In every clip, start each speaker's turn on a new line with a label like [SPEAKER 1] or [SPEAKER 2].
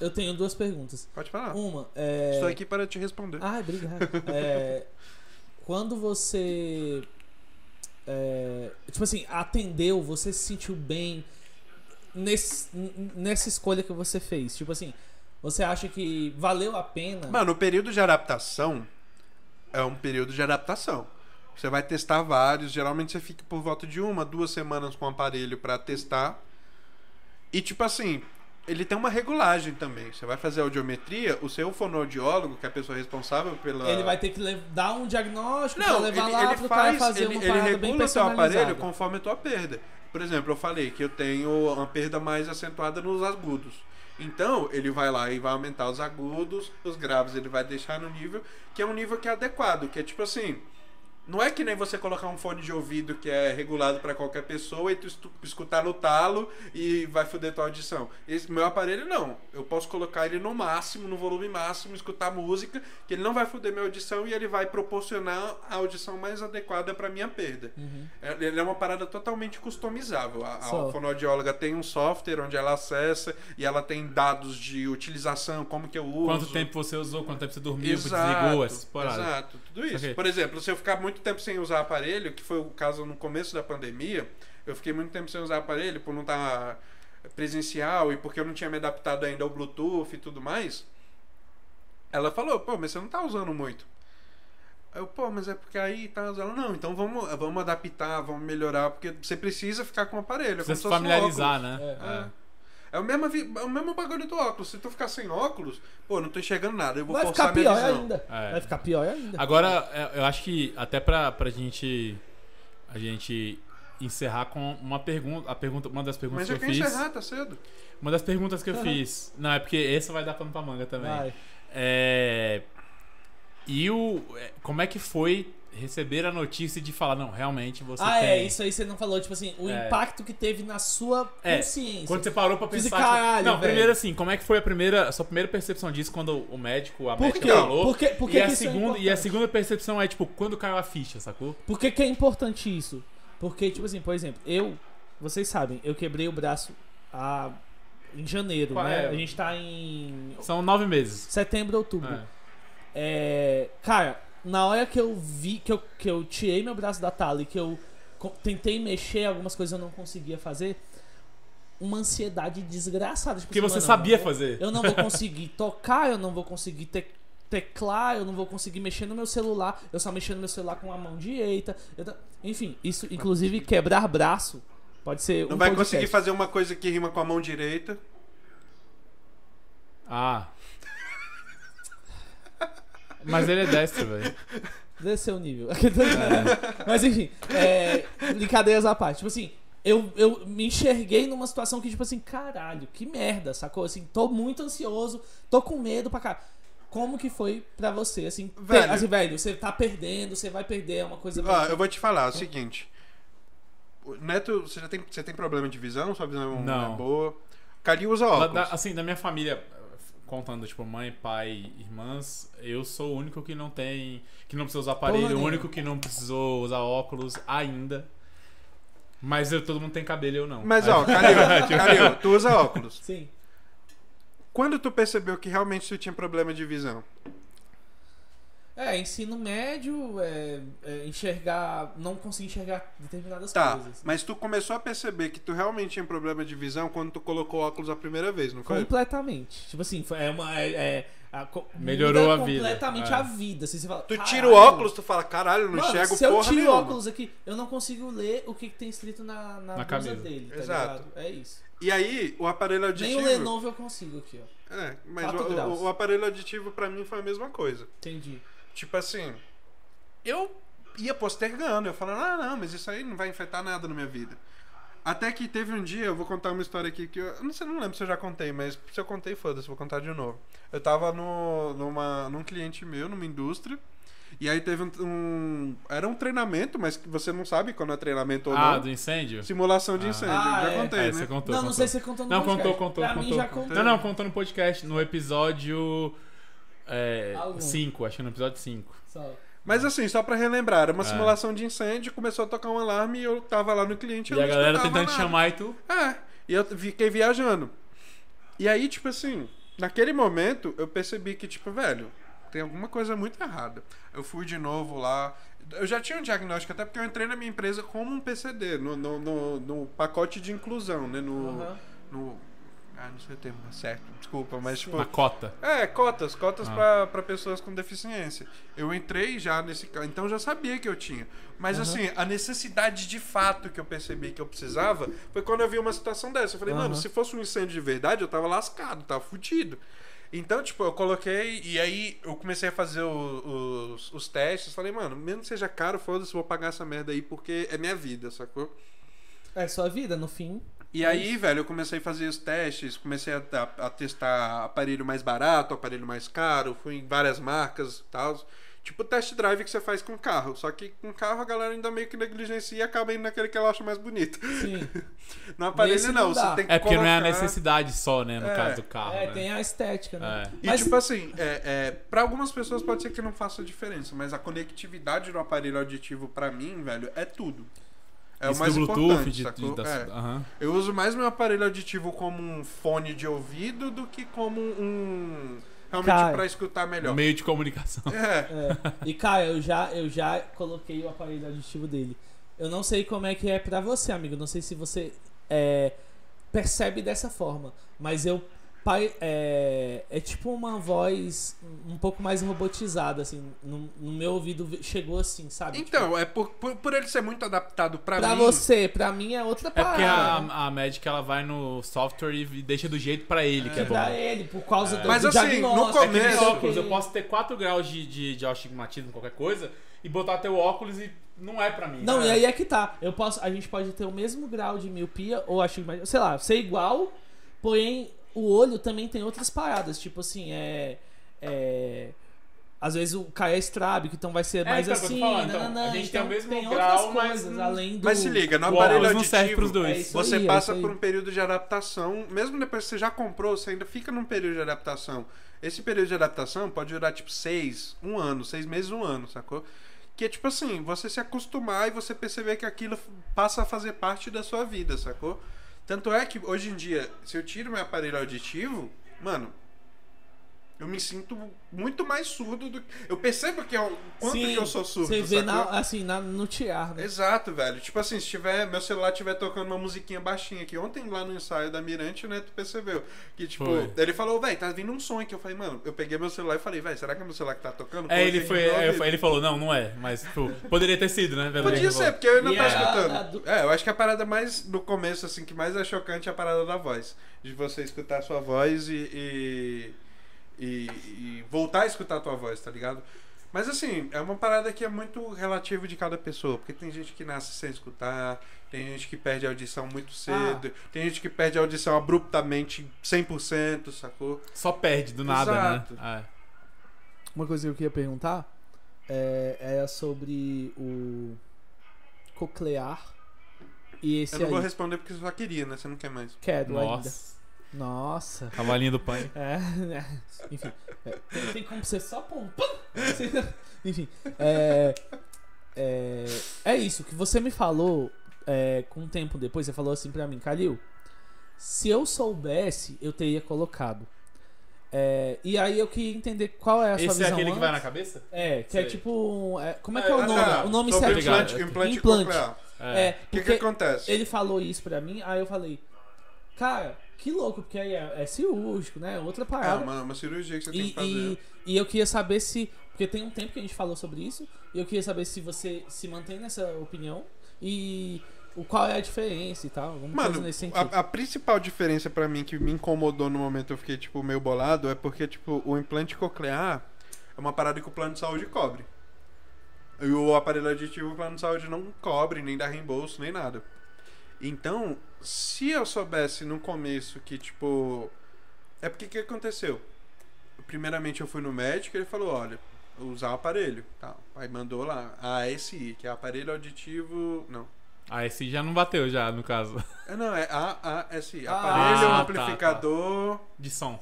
[SPEAKER 1] eu tenho duas perguntas.
[SPEAKER 2] Pode falar.
[SPEAKER 1] Uma é.
[SPEAKER 2] Estou aqui para te responder.
[SPEAKER 1] Ai, obrigado. É, quando você. é, tipo assim, atendeu, você se sentiu bem nesse, n- nessa escolha que você fez? Tipo assim, você acha que valeu a pena?
[SPEAKER 2] Mano, o período de adaptação é um período de adaptação. Você vai testar vários, geralmente você fica por volta de uma, duas semanas com o aparelho pra testar. E tipo assim, ele tem uma regulagem também. Você vai fazer audiometria, o seu fonoaudiólogo, que é a pessoa responsável pela
[SPEAKER 1] Ele vai ter que le- dar um diagnóstico pra
[SPEAKER 2] não,
[SPEAKER 1] levar
[SPEAKER 2] ele,
[SPEAKER 1] lá
[SPEAKER 2] ele
[SPEAKER 1] pro cara
[SPEAKER 2] faz,
[SPEAKER 1] fazer
[SPEAKER 2] ele,
[SPEAKER 1] uma
[SPEAKER 2] ele
[SPEAKER 1] parada bem
[SPEAKER 2] regula o seu
[SPEAKER 1] personalizada.
[SPEAKER 2] aparelho conforme a tua perda. Por exemplo, eu falei que eu tenho uma perda mais acentuada nos agudos. Então, ele vai lá e vai aumentar os agudos, os graves ele vai deixar no nível, que é um nível que é adequado, que é tipo assim, não é que nem você colocar um fone de ouvido que é regulado pra qualquer pessoa e tu estu- escutar no talo e vai foder tua audição. Esse meu aparelho não. Eu posso colocar ele no máximo, no volume máximo, escutar música, que ele não vai foder minha audição e ele vai proporcionar a audição mais adequada pra minha perda. É- Ele é uma parada totalmente customizável. A, a
[SPEAKER 1] Só.
[SPEAKER 2] fonoaudióloga tem um software onde ela acessa e ela tem dados de utilização, como que eu uso.
[SPEAKER 3] Quanto tempo você usou, quanto tempo você dormiu, desligou, essas paradas.
[SPEAKER 2] Exato, tudo isso.
[SPEAKER 3] Saquei.
[SPEAKER 2] Por exemplo, se eu ficar muito tempo sem usar aparelho, que foi o caso no começo da pandemia, eu fiquei muito tempo sem usar aparelho por não estar presencial e porque eu não tinha me adaptado ainda ao Bluetooth e tudo mais. Ela falou, pô, mas você não tá usando muito. Aí Eu, pô, mas é porque aí tá usando. Não, então vamos, vamos adaptar, vamos melhorar, porque você precisa ficar com o aparelho. é
[SPEAKER 3] Precisa
[SPEAKER 2] como fosse
[SPEAKER 3] se
[SPEAKER 2] um óculos.
[SPEAKER 3] familiarizar, né?
[SPEAKER 2] É. É o mesmo, vi- é o mesmo bagulho do óculos. Se tu ficar sem óculos, pô, não tô enxergando nada. Eu vou
[SPEAKER 1] Vai
[SPEAKER 2] forçar
[SPEAKER 1] ficar
[SPEAKER 2] a minha
[SPEAKER 1] pior
[SPEAKER 2] visão.
[SPEAKER 1] ainda.
[SPEAKER 3] É.
[SPEAKER 1] Vai ficar pior ainda.
[SPEAKER 3] Agora, é, eu acho que até pra, pra gente a gente encerrar com uma pergunta, a pergunta, uma das perguntas
[SPEAKER 2] Mas eu
[SPEAKER 3] que eu
[SPEAKER 2] quero
[SPEAKER 3] fiz.
[SPEAKER 2] encerrar, tá cedo.
[SPEAKER 1] Um
[SPEAKER 3] Uma das perguntas que eu fiz. Não, é porque essa vai dar pano pra manga também.
[SPEAKER 1] Vai.
[SPEAKER 3] É, e o é, como é que foi receber a notícia de falar não, realmente você
[SPEAKER 1] ah,
[SPEAKER 3] tem.
[SPEAKER 1] é, isso aí você não falou, tipo assim, o
[SPEAKER 3] É.
[SPEAKER 1] impacto que teve na sua
[SPEAKER 3] É,
[SPEAKER 1] consciência.
[SPEAKER 3] Quando você parou pra
[SPEAKER 1] Fiz,
[SPEAKER 3] pensar.
[SPEAKER 1] "Caralho,
[SPEAKER 3] não,
[SPEAKER 1] velho."
[SPEAKER 3] primeiro assim, como é que foi a primeira, a sua primeira percepção disso quando o médico, a
[SPEAKER 1] Por
[SPEAKER 3] médica
[SPEAKER 1] quê?
[SPEAKER 3] falou?
[SPEAKER 1] Por que, por que
[SPEAKER 3] e, a
[SPEAKER 1] que isso é
[SPEAKER 3] segunda, e a
[SPEAKER 1] importante?
[SPEAKER 3] segunda percepção é tipo, quando caiu a ficha, sacou?
[SPEAKER 1] Por que, que é importante isso? Porque, tipo assim, por exemplo, eu, vocês sabem, eu quebrei o braço a, em janeiro,
[SPEAKER 3] Qual
[SPEAKER 1] né?
[SPEAKER 3] é?
[SPEAKER 1] A gente tá em
[SPEAKER 3] São nove meses.
[SPEAKER 1] setembro, outubro.
[SPEAKER 3] É.
[SPEAKER 1] É, cara, na hora que eu vi, que eu, que eu tirei meu braço da tala e que eu co- tentei mexer, algumas coisas eu não conseguia fazer, uma ansiedade desgraçada. Tipo,
[SPEAKER 3] Porque
[SPEAKER 1] assim,
[SPEAKER 3] você
[SPEAKER 1] mano, eu não
[SPEAKER 3] sabia
[SPEAKER 1] vou-
[SPEAKER 3] fazer.
[SPEAKER 1] Eu não vou conseguir tocar, eu não vou conseguir te- teclar, eu não vou conseguir mexer no meu celular, eu só mexendo no meu celular com a mão direita. eu ta- Enfim, isso, inclusive, quebrar braço pode ser
[SPEAKER 2] Não
[SPEAKER 1] um
[SPEAKER 2] vai
[SPEAKER 1] podcast.
[SPEAKER 2] conseguir fazer uma coisa que rima com a mão direita.
[SPEAKER 3] Ah. Mas ele é destro, velho.
[SPEAKER 1] Desceu o nível. Mas enfim, é, brincadeiras à parte. Tipo assim, eu, eu me enxerguei numa situação que, tipo assim, caralho, que merda, sacou? Assim, tô muito ansioso, tô com medo pra cá. Como que foi pra você, assim? pe-
[SPEAKER 2] Velho. Ah,
[SPEAKER 1] assim, velho, você tá perdendo, você vai perder, é uma coisa...
[SPEAKER 2] Ó, eu vou te falar é
[SPEAKER 1] Hum.
[SPEAKER 2] o seguinte. O Neto, você já tem, você tem problema de visão? Sua visão não,
[SPEAKER 3] Não.
[SPEAKER 2] é boa. Calil usa óculos.
[SPEAKER 3] Da- assim, da minha família, contando, tipo, mãe, pai, irmãs, eu sou o único que não tem. Que não precisa usar aparelho, o
[SPEAKER 2] né?
[SPEAKER 1] nenhuma.
[SPEAKER 3] único que não precisou usar óculos ainda. Mas eu- todo mundo tem cabelo, eu não.
[SPEAKER 2] Mas
[SPEAKER 3] Aí-
[SPEAKER 2] ó, Calil, Calil, tu usa óculos.
[SPEAKER 1] Sim.
[SPEAKER 2] Quando tu percebeu que realmente tu tinha problema de visão?
[SPEAKER 1] É, ensino médio, é, é, enxergar... Não consegui enxergar determinadas
[SPEAKER 2] Tá,
[SPEAKER 1] coisas.
[SPEAKER 2] mas tu começou a perceber que tu realmente tinha problema de visão quando tu colocou óculos a primeira vez, não foi?
[SPEAKER 1] Completamente. Tipo assim, foi- é uma... é- é- a co-
[SPEAKER 3] Melhorou
[SPEAKER 1] muda
[SPEAKER 3] a vida,
[SPEAKER 1] Completamente
[SPEAKER 3] é.
[SPEAKER 1] a vida. Assim, você fala,
[SPEAKER 2] Tu tira o
[SPEAKER 1] "Caralho,
[SPEAKER 2] óculos, tu fala, caralho, não
[SPEAKER 1] Mano,
[SPEAKER 2] enxergo
[SPEAKER 1] se eu
[SPEAKER 2] porra
[SPEAKER 1] tiro o
[SPEAKER 2] nenhuma.
[SPEAKER 1] óculos aqui, eu não consigo ler o que, que tem escrito na, na,
[SPEAKER 3] Na
[SPEAKER 1] blusa
[SPEAKER 3] camisa.
[SPEAKER 1] dele, tá
[SPEAKER 2] Exato. É
[SPEAKER 1] ligado? É isso.
[SPEAKER 2] E aí, o aparelho
[SPEAKER 1] Nem
[SPEAKER 2] auditivo...
[SPEAKER 1] o Lenovo eu consigo aqui, ó.
[SPEAKER 2] É, mas
[SPEAKER 1] Quatro
[SPEAKER 2] o-
[SPEAKER 1] graus.
[SPEAKER 2] o, o aparelho auditivo pra mim foi a mesma coisa.
[SPEAKER 1] Entendi.
[SPEAKER 2] Tipo assim, eu ia postergando, eu falando, ah, não, mas isso aí não vai enfetar nada na minha vida. Até que teve um dia, eu vou contar uma história aqui que eu eu não sei, não lembro se eu já contei, mas se eu contei, foda-se, vou contar de novo. Eu tava no, numa, num cliente meu, numa indústria, e aí teve um, um- Era um treinamento, mas que você não sabe quando é treinamento ou
[SPEAKER 3] Ah,
[SPEAKER 2] não.
[SPEAKER 3] do incêndio?
[SPEAKER 2] Simulação de incêndio,
[SPEAKER 1] Ah,
[SPEAKER 2] já
[SPEAKER 1] é.
[SPEAKER 2] contei,
[SPEAKER 3] É,
[SPEAKER 2] né?
[SPEAKER 3] você contou.
[SPEAKER 1] não,
[SPEAKER 3] contou.
[SPEAKER 1] não sei se você contou no
[SPEAKER 3] Não,
[SPEAKER 1] podcast.
[SPEAKER 3] contou, contou,
[SPEAKER 1] Pra
[SPEAKER 3] contou.
[SPEAKER 1] mim já
[SPEAKER 3] contou.
[SPEAKER 1] contou.
[SPEAKER 3] Não, não, contou no podcast, no episódio
[SPEAKER 1] Algum.
[SPEAKER 3] 5, acho que no episódio 5.
[SPEAKER 1] Só.
[SPEAKER 2] Mas assim, só pra relembrar, era uma
[SPEAKER 3] É.
[SPEAKER 2] simulação de incêndio, começou a tocar um alarme e eu tava lá no cliente. eu
[SPEAKER 3] E a
[SPEAKER 2] não
[SPEAKER 3] galera
[SPEAKER 2] escutava É,
[SPEAKER 3] tentando te
[SPEAKER 2] nada.
[SPEAKER 3] chamar e tu.
[SPEAKER 2] É, e eu fiquei viajando. E aí, tipo assim, Naquele momento, eu percebi que, tipo, velho, tem alguma coisa muito errada. Eu fui de novo lá. Eu já tinha um diagnóstico, até porque eu entrei na minha empresa como um PCD, no, no, no, no pacote de inclusão, né? No.
[SPEAKER 1] Aham.
[SPEAKER 2] no ah, não sei o termo certo, desculpa, mas tipo.
[SPEAKER 3] Na cota.
[SPEAKER 2] É, cotas, cotas
[SPEAKER 3] Ah.
[SPEAKER 2] pra para pessoas com deficiência. Eu entrei já nesse ca- então já sabia que eu tinha. Mas assim, a necessidade de fato que eu percebi que eu precisava foi quando eu vi uma situação dessa. Eu falei, mano,
[SPEAKER 1] Aham.
[SPEAKER 2] se fosse um incêndio de verdade, eu tava lascado, tava fudido. Então, tipo, eu coloquei e aí eu comecei a fazer o- os, os testes. Falei, mano, mesmo que seja caro, foda-se, vou pagar essa merda aí porque é minha vida, sacou?
[SPEAKER 1] É sua vida, no fim.
[SPEAKER 2] E aí, velho, eu comecei a fazer os testes, comecei a, a- a testar aparelho mais barato, aparelho mais caro, fui em várias marcas e tal. Tipo o test drive que você faz com carro. Só que com carro a galera ainda meio que negligencia e acaba indo naquele que ela acha mais bonito.
[SPEAKER 1] Sim.
[SPEAKER 2] No aparelho
[SPEAKER 1] Nesse
[SPEAKER 2] não,
[SPEAKER 1] não
[SPEAKER 2] você
[SPEAKER 1] dá.
[SPEAKER 2] tem que
[SPEAKER 3] É porque não é a
[SPEAKER 2] colocar-
[SPEAKER 3] necessidade só, né? No
[SPEAKER 2] É.
[SPEAKER 3] caso do carro.
[SPEAKER 1] é,
[SPEAKER 3] né?
[SPEAKER 1] tem a estética, né?
[SPEAKER 2] E
[SPEAKER 1] Mas-
[SPEAKER 2] tipo assim, é, é, para algumas pessoas pode ser que não faça diferença, mas a conectividade do aparelho auditivo pra mim, velho, é tudo. É o
[SPEAKER 3] Isso
[SPEAKER 2] mais
[SPEAKER 3] do Bluetooth,
[SPEAKER 2] importante,
[SPEAKER 3] de, de,
[SPEAKER 2] sacou?
[SPEAKER 3] da,
[SPEAKER 2] É.
[SPEAKER 3] aham.
[SPEAKER 2] Eu uso mais meu aparelho auditivo como um fone de ouvido do que como um. Realmente
[SPEAKER 1] Cara.
[SPEAKER 2] pra escutar melhor.
[SPEAKER 3] meio de comunicação.
[SPEAKER 2] É.
[SPEAKER 1] É. E, cara, eu já, eu já coloquei o aparelho auditivo dele. Eu não sei como é que é pra você, amigo. Não sei se você é, percebe dessa forma. Mas eu. pai- É, é tipo uma voz um pouco mais robotizada, assim. No, no meu ouvido ve- chegou assim, sabe?
[SPEAKER 2] Então, é por, por, por ele ser muito adaptado pra,
[SPEAKER 1] Tipo, pra
[SPEAKER 2] mim.
[SPEAKER 1] você, pra mim é outra
[SPEAKER 3] É porque a,
[SPEAKER 1] parada.
[SPEAKER 3] a Magic ela vai no software e e deixa do jeito pra ele, que é bom.
[SPEAKER 1] Pra ele, por causa do,
[SPEAKER 2] Mas
[SPEAKER 1] do
[SPEAKER 2] assim, no
[SPEAKER 1] diagnóstico.
[SPEAKER 3] É que nem
[SPEAKER 2] começo-
[SPEAKER 3] óculos, eu posso ter 4 graus de, de, de astigmatismo, qualquer coisa, e botar teu óculos e não é pra mim.
[SPEAKER 1] Não,
[SPEAKER 3] né?
[SPEAKER 1] e aí é que tá. Eu posso, a gente pode ter o mesmo grau de miopia ou astigmatismo, sei lá, ser igual, porém o olho também tem outras paradas, tipo assim, é, é às vezes o Caio é estrábico, então vai ser
[SPEAKER 3] É,
[SPEAKER 1] mais
[SPEAKER 3] então, eu tô
[SPEAKER 1] assim,
[SPEAKER 3] falando, então,
[SPEAKER 1] nananã,
[SPEAKER 3] a gente tem o mesmo
[SPEAKER 1] tem
[SPEAKER 3] grau,
[SPEAKER 1] outras
[SPEAKER 3] mas
[SPEAKER 1] coisas
[SPEAKER 3] não-
[SPEAKER 1] além do
[SPEAKER 2] Mas se liga, no
[SPEAKER 3] O
[SPEAKER 2] aparelho
[SPEAKER 3] óculos
[SPEAKER 2] auditivo.
[SPEAKER 3] não serve pros dois.
[SPEAKER 1] É isso
[SPEAKER 2] Você
[SPEAKER 1] aí, é
[SPEAKER 2] passa
[SPEAKER 1] isso aí.
[SPEAKER 2] por um período de adaptação, mesmo depois que você já comprou, você ainda fica num período de adaptação. Esse período de adaptação pode durar tipo seis, um ano, seis meses, um ano, sacou? Que é tipo assim, você se acostumar e você perceber que aquilo f- passa a fazer parte da sua vida, sacou? Tanto é que hoje em dia, se eu tiro meu aparelho auditivo, mano, eu me sinto muito mais surdo do que. Eu percebo que eu, quanto
[SPEAKER 1] Sim,
[SPEAKER 2] que eu sou surdo.
[SPEAKER 1] Você vê
[SPEAKER 2] sacou?
[SPEAKER 1] na- assim, na- no tiar, né?
[SPEAKER 2] Exato, velho. Tipo assim, se tiver, meu celular tiver tocando uma musiquinha baixinha aqui. Ontem lá no ensaio da Mirante, né, tu percebeu. Que, tipo,
[SPEAKER 3] Foi.
[SPEAKER 2] ele falou, velho, tá vindo um som aqui. Eu falei, mano, eu peguei meu celular e falei, velho, será que é meu celular que tá tocando?
[SPEAKER 3] É, ele,
[SPEAKER 2] Coloquei
[SPEAKER 3] foi,
[SPEAKER 2] no meu
[SPEAKER 3] é,
[SPEAKER 2] ouvido.
[SPEAKER 3] ele falou, não, não é, mas tipo, poderia ter sido, né? velho?
[SPEAKER 2] Podia ser, porque eu não
[SPEAKER 1] E
[SPEAKER 2] tava
[SPEAKER 1] a-
[SPEAKER 2] escutando.
[SPEAKER 1] a do-
[SPEAKER 2] É, eu acho que a parada mais, no começo, assim, que mais é chocante é a parada da voz. De você escutar a sua voz e. e, e- e voltar a escutar a tua voz, tá ligado? Mas assim, é uma parada que é muito relativa de cada pessoa, porque tem gente que nasce sem escutar, tem gente que perde a audição
[SPEAKER 1] Ah.
[SPEAKER 2] muito cedo, tem gente que perde a audição abruptamente 100%, sacou?
[SPEAKER 3] Só perde do nada,
[SPEAKER 2] Exato.
[SPEAKER 3] né?
[SPEAKER 1] Uma coisa que eu queria perguntar é, era sobre o coclear e esse
[SPEAKER 2] eu não vou
[SPEAKER 1] aí.
[SPEAKER 2] responder porque você só queria, né? Você não quer mais.
[SPEAKER 3] É.
[SPEAKER 1] Quero ainda.
[SPEAKER 3] Nossa,
[SPEAKER 1] Nossa.
[SPEAKER 3] cavalinho do pai.
[SPEAKER 1] É, né? Enfim. é, tem, tem como ser só pum. pum. Enfim. É, é, é isso. que você me falou é, com um tempo depois, você falou assim pra mim, Calil, se eu soubesse, eu teria colocado. É, e aí eu queria entender qual é a sua
[SPEAKER 3] Esse é
[SPEAKER 1] visão.
[SPEAKER 3] aquele que vai na
[SPEAKER 1] antes.
[SPEAKER 3] cabeça?
[SPEAKER 1] É, que é
[SPEAKER 3] Sei.
[SPEAKER 1] tipo. um- é, como é que é o
[SPEAKER 2] Ah,
[SPEAKER 1] nome?
[SPEAKER 2] tá.
[SPEAKER 1] O nome
[SPEAKER 2] Sobre
[SPEAKER 1] certo.
[SPEAKER 2] Implante,
[SPEAKER 3] Obrigado.
[SPEAKER 2] implante,
[SPEAKER 1] Implante.
[SPEAKER 2] coclear.
[SPEAKER 1] É,
[SPEAKER 2] O que, que
[SPEAKER 1] porque
[SPEAKER 2] acontece?
[SPEAKER 1] ele falou isso pra mim, aí eu falei, cara, que louco, porque aí é, é cirúrgico, né? Outra
[SPEAKER 2] É
[SPEAKER 1] parada.
[SPEAKER 2] uma, uma cirurgia que você tem
[SPEAKER 1] E,
[SPEAKER 2] que fazer.
[SPEAKER 1] e- e eu queria saber se. Porque tem um tempo que a gente falou sobre isso. E eu queria saber se você se mantém nessa opinião. E o qual é a diferença e tal. Alguma coisa
[SPEAKER 2] Mano,
[SPEAKER 1] nesse sentido.
[SPEAKER 2] a, a principal diferença pra mim que me incomodou no momento eu fiquei, tipo, meio bolado é porque, tipo, o implante coclear é uma parada que o plano de saúde cobre. E o aparelho aditivo, o plano de saúde não cobre, nem dá reembolso, nem nada. Então, se eu soubesse no começo que, tipo. É porque o que aconteceu? Primeiramente eu fui no médico e ele falou: olha, usar o aparelho. Tá. Aí mandou lá, ASI, que é aparelho auditivo. Não.
[SPEAKER 3] Ah, esse já não bateu, já, no caso.
[SPEAKER 2] É, Não, é AASI.
[SPEAKER 1] Ah,
[SPEAKER 2] Aparelho
[SPEAKER 3] tá,
[SPEAKER 2] amplificador
[SPEAKER 3] De som.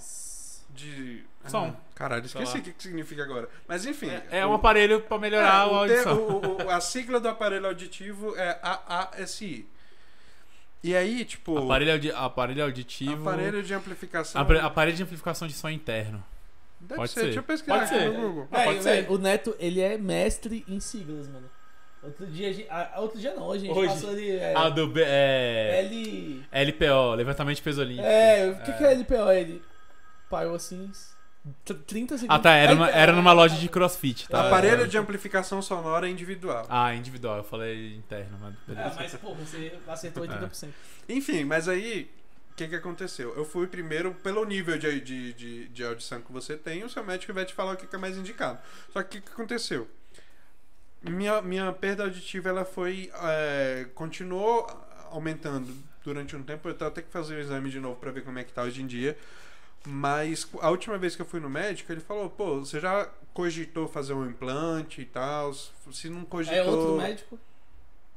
[SPEAKER 2] de.
[SPEAKER 3] Som.
[SPEAKER 2] Ah, caralho, esqueci
[SPEAKER 3] Sei
[SPEAKER 2] o
[SPEAKER 3] lá.
[SPEAKER 2] que que significa agora. Mas enfim.
[SPEAKER 3] É
[SPEAKER 2] o-
[SPEAKER 3] um aparelho pra
[SPEAKER 2] é,
[SPEAKER 3] melhorar a
[SPEAKER 2] o te-
[SPEAKER 3] audição.
[SPEAKER 2] o- o- a sigla do aparelho auditivo é AASI. E aí, tipo,
[SPEAKER 3] Aparelho, audi- aparelho auditivo.
[SPEAKER 2] aparelho de amplificação.
[SPEAKER 3] apare- aparelho de amplificação de som interno.
[SPEAKER 2] Deve
[SPEAKER 3] pode
[SPEAKER 2] ser.
[SPEAKER 3] ser.
[SPEAKER 2] deixa eu pesquisar
[SPEAKER 3] Pode
[SPEAKER 2] aqui
[SPEAKER 3] ser.
[SPEAKER 2] no Google.
[SPEAKER 3] Ah,
[SPEAKER 1] Véi,
[SPEAKER 3] pode
[SPEAKER 1] véi,
[SPEAKER 3] ser.
[SPEAKER 1] o Neto, ele é mestre em siglas, mano. Outro dia, a gente- ah, outro dia não, hoje a gente
[SPEAKER 3] Hoje.
[SPEAKER 1] passou ali. É,
[SPEAKER 3] Ah, do B, é,
[SPEAKER 1] L.
[SPEAKER 3] LPO, levantamento de peso olímpico.
[SPEAKER 1] É, o que, que é LPO? Ele. Pyrossins. 30 assim, segundos.
[SPEAKER 3] Ah, tá, era,
[SPEAKER 1] Aí,
[SPEAKER 3] numa, era numa loja de crossfit, tá?
[SPEAKER 2] Aparelho de amplificação sonora individual.
[SPEAKER 3] Ah, individual, eu falei interno, mas
[SPEAKER 1] Ah,
[SPEAKER 3] beleza.
[SPEAKER 1] mas, pô, você acertou
[SPEAKER 3] É.
[SPEAKER 1] 80%.
[SPEAKER 2] Enfim, mas aí, o que, que aconteceu? Eu fui primeiro pelo nível de, de, de, de audição que você tem, o seu médico vai te falar o que, que é mais indicado. Só que o que, que aconteceu? Minha, minha perda auditiva ela foi. é, continuou aumentando durante um tempo. Eu tenho até que fazer o exame de novo pra ver como é que tá hoje em dia. Mas a última vez que eu fui no médico, ele falou: pô, você já cogitou fazer um implante e tal? Se não cogitou.
[SPEAKER 1] É outro médico?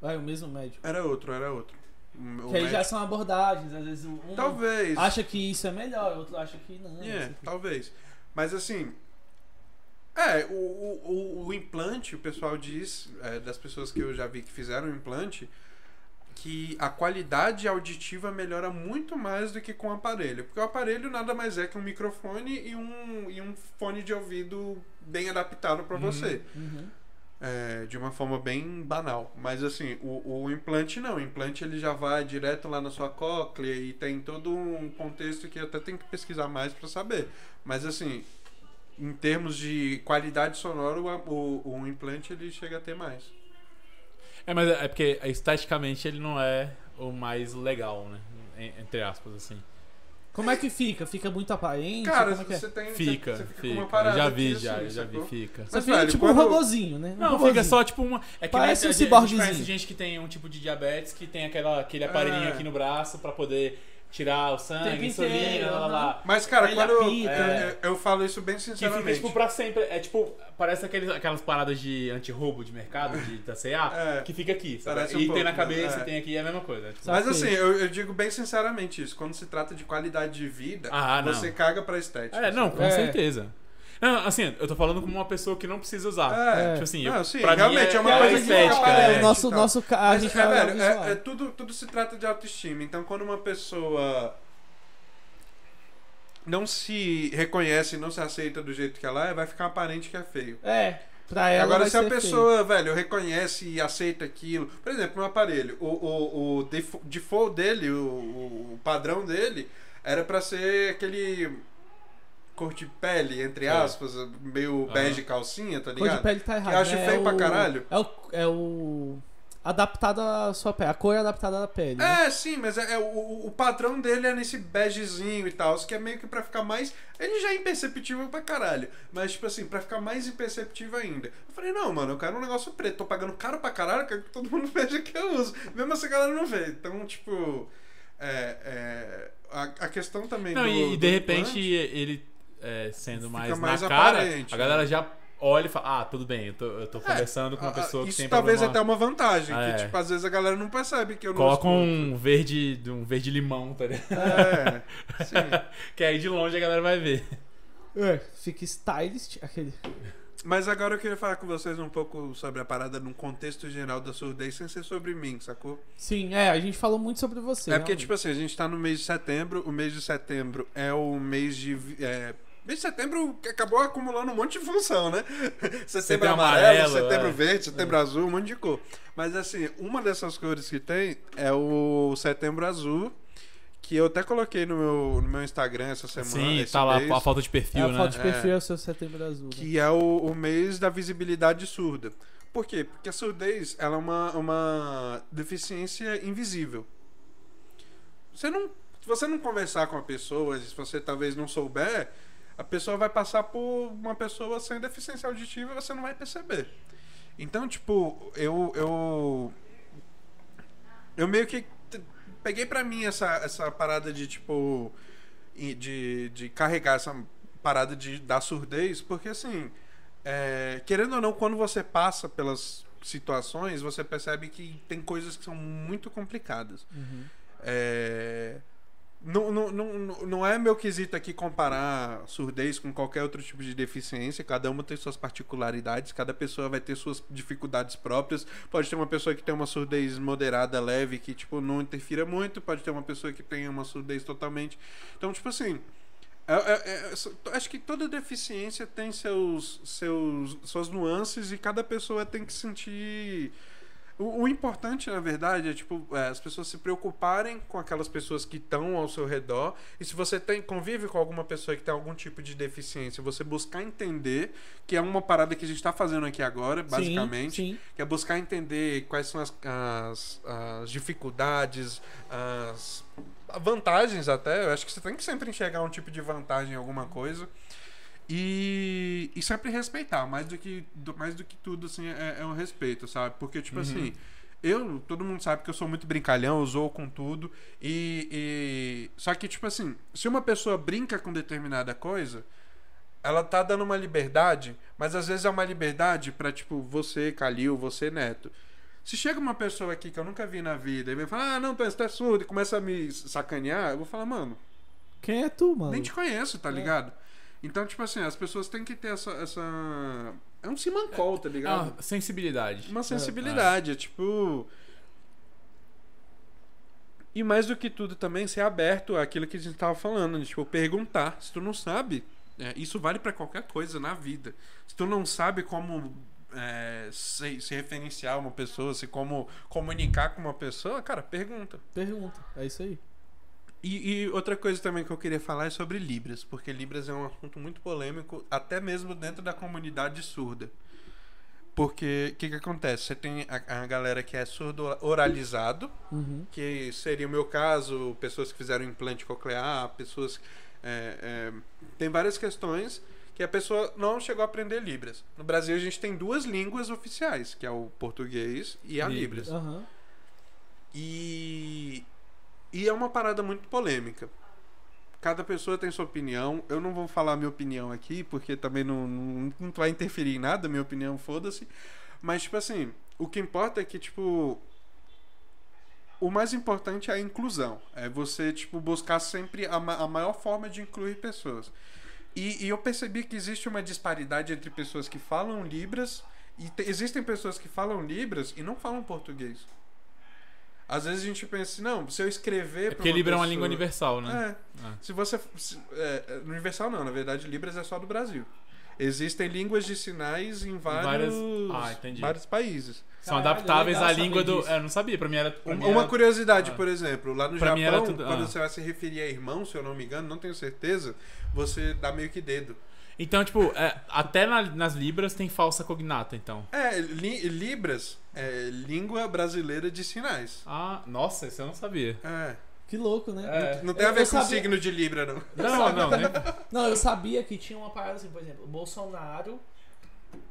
[SPEAKER 1] Vai, o mesmo médico.
[SPEAKER 2] Era outro, era outro. O
[SPEAKER 1] que aí já
[SPEAKER 2] médico-
[SPEAKER 1] são abordagens, às vezes um
[SPEAKER 2] Talvez.
[SPEAKER 1] acha que isso é melhor, outro acha que não. assim.
[SPEAKER 2] É,
[SPEAKER 1] isso aqui.
[SPEAKER 2] talvez. Mas assim. É, o, o, o- o implante, o pessoal diz, é, das pessoas que eu já vi que fizeram o implante, que a qualidade auditiva melhora muito mais do que com o aparelho. Porque o aparelho nada mais é que um microfone e um, e um fone de ouvido bem adaptado para você.
[SPEAKER 1] Uhum.
[SPEAKER 2] É, de uma forma bem banal. Mas assim, o, o implante não. O implante ele já vai direto lá na sua cóclea e tem todo um contexto que eu até tem que pesquisar mais para saber. Mas assim, em termos de qualidade sonora, o, o, o implante ele chega a ter mais.
[SPEAKER 3] É, mas é porque esteticamente ele não é o mais legal, né? En- Entre aspas, assim.
[SPEAKER 1] Como é que fica? Fica muito aparente?
[SPEAKER 2] Cara,
[SPEAKER 1] Como é que é?
[SPEAKER 2] você tem.
[SPEAKER 3] Fica,
[SPEAKER 2] você, você
[SPEAKER 3] fica.
[SPEAKER 2] com uma
[SPEAKER 3] Eu
[SPEAKER 2] parada
[SPEAKER 3] já vi,
[SPEAKER 2] aqui,
[SPEAKER 3] já,
[SPEAKER 2] assim,
[SPEAKER 3] eu já vi,
[SPEAKER 2] sacou?
[SPEAKER 3] fica.
[SPEAKER 1] Você
[SPEAKER 2] Mas,
[SPEAKER 1] fica
[SPEAKER 2] velho,
[SPEAKER 1] tipo um
[SPEAKER 2] quando-
[SPEAKER 1] robozinho, né? Um
[SPEAKER 3] Não, fica
[SPEAKER 1] robozinho.
[SPEAKER 3] só tipo uma. É que nem
[SPEAKER 1] Parece
[SPEAKER 3] a-
[SPEAKER 1] um
[SPEAKER 3] a gente-
[SPEAKER 1] ciborguezinho.
[SPEAKER 3] A gente conhece gente que tem um tipo de diabetes que tem aquela, aquele aparelhinho
[SPEAKER 2] É.
[SPEAKER 3] aqui no braço pra poder tirar o sangue,
[SPEAKER 1] Tempo
[SPEAKER 3] insulina,
[SPEAKER 1] inteiro,
[SPEAKER 3] lá, lá, lá.
[SPEAKER 2] Mas, cara,
[SPEAKER 1] Ele
[SPEAKER 2] quando eu,
[SPEAKER 1] apita. né?
[SPEAKER 2] eu- eu falo isso bem
[SPEAKER 3] Que fica
[SPEAKER 2] sinceramente.
[SPEAKER 3] tipo pra sempre. É tipo, parece aqueles, aquelas paradas de anti-roubo de mercado, de, da CA,
[SPEAKER 2] É.
[SPEAKER 3] que fica aqui. Sabe?
[SPEAKER 2] Parece
[SPEAKER 3] e
[SPEAKER 2] um
[SPEAKER 3] tem
[SPEAKER 2] pouco,
[SPEAKER 3] na cabeça,
[SPEAKER 2] né? É.
[SPEAKER 3] tem aqui, é a mesma coisa. é tipo-
[SPEAKER 1] Sabe?
[SPEAKER 2] Mas
[SPEAKER 1] Saquei.
[SPEAKER 2] assim, eu, eu digo bem sinceramente isso. Quando se trata de qualidade de vida,
[SPEAKER 3] Ah, não.
[SPEAKER 2] você caga pra estética.
[SPEAKER 3] É, não, com
[SPEAKER 1] É.
[SPEAKER 3] certeza. Não, assim, eu tô falando como uma pessoa que não precisa usar.
[SPEAKER 2] É.
[SPEAKER 3] Tipo assim,
[SPEAKER 2] Não,
[SPEAKER 3] eu-
[SPEAKER 2] sim,
[SPEAKER 3] pra
[SPEAKER 2] realmente
[SPEAKER 3] mim
[SPEAKER 2] é uma
[SPEAKER 1] É,
[SPEAKER 2] coisa
[SPEAKER 1] mas
[SPEAKER 2] estética,
[SPEAKER 1] não, é,
[SPEAKER 2] né?
[SPEAKER 1] o nosso,
[SPEAKER 2] Tá.
[SPEAKER 1] nosso ca- a
[SPEAKER 2] Mas,
[SPEAKER 1] gente
[SPEAKER 2] é,
[SPEAKER 1] vai
[SPEAKER 2] velho,
[SPEAKER 1] visual.
[SPEAKER 2] é, é tudo, tudo se trata de autoestima. Então, quando uma pessoa não se reconhece, não se aceita do jeito que ela é, vai ficar aparente que é feio.
[SPEAKER 1] É, pra ela
[SPEAKER 2] Agora,
[SPEAKER 1] vai
[SPEAKER 2] se a
[SPEAKER 1] ser
[SPEAKER 2] pessoa, velho, reconhece e aceita aquilo. Por exemplo, no aparelho, o, o, o defo- default dele, o, o- o padrão dele, era pra ser aquele cor de pele, entre
[SPEAKER 3] É.
[SPEAKER 2] aspas, meio
[SPEAKER 3] Aham.
[SPEAKER 2] bege calcinha, tá
[SPEAKER 1] feio. Cor de
[SPEAKER 2] ligado?
[SPEAKER 1] pele tá errado.
[SPEAKER 2] acho
[SPEAKER 1] né?
[SPEAKER 2] feio
[SPEAKER 1] é
[SPEAKER 2] pra
[SPEAKER 1] o-
[SPEAKER 2] caralho.
[SPEAKER 1] É o, é o... Adaptado à sua pele. A cor é adaptada à pele. né?
[SPEAKER 2] É, sim, mas é, é o- o, o padrão dele é nesse begezinho e tal, que é meio que pra ficar mais. Ele já é imperceptível pra caralho, mas tipo assim, pra ficar mais imperceptível ainda. Eu falei, não, mano, eu quero um negócio preto, tô pagando caro pra caralho, eu quero que todo mundo veja que eu uso. Mesmo essa galera não vê. Então, tipo. É, é, a, a questão também
[SPEAKER 3] Não,
[SPEAKER 2] do.
[SPEAKER 3] e, e
[SPEAKER 2] do
[SPEAKER 3] de repente
[SPEAKER 2] implante-
[SPEAKER 3] ele é, sendo mais,
[SPEAKER 2] mais
[SPEAKER 3] na cara,
[SPEAKER 2] aparente, né?
[SPEAKER 3] a galera já olha e fala, ah, tudo bem, eu tô, eu tô conversando com uma
[SPEAKER 2] Ah,
[SPEAKER 3] pessoa que
[SPEAKER 2] Isso
[SPEAKER 3] tem
[SPEAKER 2] talvez
[SPEAKER 3] problema.
[SPEAKER 2] até uma vantagem,
[SPEAKER 3] Ah,
[SPEAKER 2] que
[SPEAKER 3] é.
[SPEAKER 2] tipo, às vezes a galera não percebe que eu não
[SPEAKER 3] Coloca
[SPEAKER 2] escuto.
[SPEAKER 3] um verde, de um verde limão, tá ligado?
[SPEAKER 2] É, sim.
[SPEAKER 3] que aí de longe a galera vai ver.
[SPEAKER 1] É, Fica stylist. Aquele...
[SPEAKER 2] Mas agora eu queria falar com vocês um pouco sobre a parada num contexto geral da surdez, sem ser sobre mim, sacou?
[SPEAKER 1] Sim, é, a gente falou muito sobre você.
[SPEAKER 2] é porque,
[SPEAKER 1] realmente.
[SPEAKER 2] tipo assim, a gente tá no mês de setembro, o mês de setembro é o mês de. vi- é, Mês de setembro que acabou acumulando um monte de função, né? Setembro,
[SPEAKER 3] Setembro
[SPEAKER 2] amarelo,
[SPEAKER 3] amarelo,
[SPEAKER 2] setembro
[SPEAKER 3] é.
[SPEAKER 2] verde, setembro azul, um monte de cor. Mas assim, uma dessas cores que tem é o setembro azul, que eu até coloquei no meu, no meu Instagram essa semana.
[SPEAKER 3] Sim,
[SPEAKER 2] esse
[SPEAKER 3] tá lá
[SPEAKER 2] mês.
[SPEAKER 3] a falta de
[SPEAKER 1] É
[SPEAKER 3] perfil,
[SPEAKER 1] a
[SPEAKER 3] né?
[SPEAKER 1] foto de perfil
[SPEAKER 2] É.
[SPEAKER 1] é o seu setembro azul. né?
[SPEAKER 2] que é o, o mês da visibilidade surda. Por quê? Porque a surdez ela é uma, uma deficiência invisível. Você não, se você não conversar com a pessoa, se você talvez não souber, a pessoa vai passar por uma pessoa sem deficiência auditiva e você não vai perceber. Então, tipo, eu eu eu meio que t- peguei pra mim essa essa parada de tipo e de, de carregar essa parada de da surdez, porque assim, é, querendo ou não, quando você passa pelas situações, você percebe que tem coisas que são muito complicadas.
[SPEAKER 1] Uhum.
[SPEAKER 2] É, Não, não, não, não é meu quesito aqui comparar surdez com qualquer outro tipo de deficiência. Cada uma tem suas particularidades, cada pessoa vai ter suas dificuldades próprias. Pode ter uma pessoa que tem uma surdez moderada, leve, que tipo não interfira muito. Pode ter uma pessoa que tem uma surdez totalmente. Então, tipo assim, é- é- é- acho que toda deficiência tem seus, seus, suas nuances e cada pessoa tem que sentir. O, o importante, na verdade, é tipo é, as pessoas se preocuparem com aquelas pessoas que estão ao seu redor. E se você tem, convive com alguma pessoa que tem algum tipo de deficiência, você buscar entender, que é uma parada que a gente está fazendo aqui agora, basicamente
[SPEAKER 1] Sim, sim.
[SPEAKER 2] que é buscar entender quais são as, as, as dificuldades, as vantagens até. Eu acho que você tem que sempre enxergar um tipo de vantagem em alguma coisa. E, e sempre respeitar, mais do que, do- mais do que tudo, assim, é, é o respeito, sabe? Porque, tipo assim, eu, todo mundo sabe que eu sou muito brincalhão, eu zoo com tudo. E, e. Só que, tipo assim, se uma pessoa brinca com determinada coisa, ela tá dando uma liberdade, mas às vezes é uma liberdade pra, tipo, você, Calil, você, Neto. Se chega uma pessoa aqui que eu nunca vi na vida e vem falar, ah, não, pensa, tu é surdo, e começa a me sacanear, eu vou falar, mano,
[SPEAKER 1] Quem é tu, mano?
[SPEAKER 2] nem te conheço, tá
[SPEAKER 1] É.
[SPEAKER 2] ligado? Então, tipo assim, as pessoas têm que ter essa. essa... É um simancol, tá
[SPEAKER 3] É
[SPEAKER 2] ligado?
[SPEAKER 3] uma sensibilidade.
[SPEAKER 2] Uma sensibilidade, é tipo. E mais do que tudo também ser aberto àquilo que a gente tava falando, né? tipo, perguntar. Se tu não sabe, é, isso vale pra qualquer coisa na vida. Se tu não sabe como é, se, se referenciar a uma pessoa, se como comunicar com uma pessoa, cara, pergunta.
[SPEAKER 1] Pergunta. É isso aí.
[SPEAKER 2] E, e outra coisa também que eu queria falar é sobre Libras, porque Libras é um assunto muito polêmico, até mesmo dentro da comunidade surda. Porque o que, que acontece? Você tem a, a galera que é surdo oralizado,
[SPEAKER 1] Uhum.
[SPEAKER 2] que seria o meu caso, pessoas que fizeram implante coclear, pessoas. é, é, tem várias questões que a pessoa não chegou a aprender Libras. No Brasil a gente tem duas línguas oficiais, que é o português e a
[SPEAKER 3] Libras.
[SPEAKER 2] Libras.
[SPEAKER 1] Aham.
[SPEAKER 2] E, e é uma parada muito polêmica. Cada pessoa tem sua opinião. Eu não vou falar minha opinião aqui, porque também não, não, não vai interferir em nada, minha opinião, foda-se. Mas, tipo assim, o que importa é que, tipo. O mais importante é a inclusão. É você, tipo, buscar sempre a, ma- a maior forma de incluir pessoas. E, e eu percebi que existe uma disparidade entre pessoas que falam Libras. E te- existem pessoas que falam Libras e não falam português. Às vezes a gente pensa assim, não, se eu escrever.
[SPEAKER 3] É
[SPEAKER 2] pra
[SPEAKER 3] porque Libra é uma
[SPEAKER 2] pessoa-
[SPEAKER 3] língua universal, né?
[SPEAKER 2] É. Se você. se- é, é, universal não, na verdade, Libras é só do Brasil. Existem línguas de sinais em vários,
[SPEAKER 3] Ah, entendi.
[SPEAKER 2] vários países.
[SPEAKER 3] São
[SPEAKER 1] Caralho, é
[SPEAKER 3] adaptáveis
[SPEAKER 1] legal
[SPEAKER 3] à
[SPEAKER 1] saber
[SPEAKER 3] língua do.
[SPEAKER 1] disso.
[SPEAKER 3] É, Eu não sabia, pra mim era. pra
[SPEAKER 2] Um-
[SPEAKER 3] mim
[SPEAKER 2] É. Uma
[SPEAKER 3] era-
[SPEAKER 2] curiosidade,
[SPEAKER 3] ah.
[SPEAKER 2] por exemplo, lá no
[SPEAKER 3] Pra mim era
[SPEAKER 2] Japão,
[SPEAKER 3] tudo-
[SPEAKER 2] quando
[SPEAKER 3] ah.
[SPEAKER 2] você vai se referir a irmão, se eu não me engano, não tenho certeza, você dá meio que dedo.
[SPEAKER 3] Então, tipo, é, até na- nas Libras tem falsa cognata, então.
[SPEAKER 2] É, li- Libras é língua brasileira de sinais.
[SPEAKER 3] Ah, nossa, isso eu não sabia.
[SPEAKER 2] É.
[SPEAKER 1] Que louco, né?
[SPEAKER 3] É.
[SPEAKER 2] Não tem
[SPEAKER 1] Eu-
[SPEAKER 2] a ver
[SPEAKER 1] eu
[SPEAKER 2] com o
[SPEAKER 1] sabia-
[SPEAKER 2] signo de Libra, não.
[SPEAKER 3] Não, né? não, nem...
[SPEAKER 1] Não, eu sabia que tinha uma parada assim, por exemplo, o Bolsonaro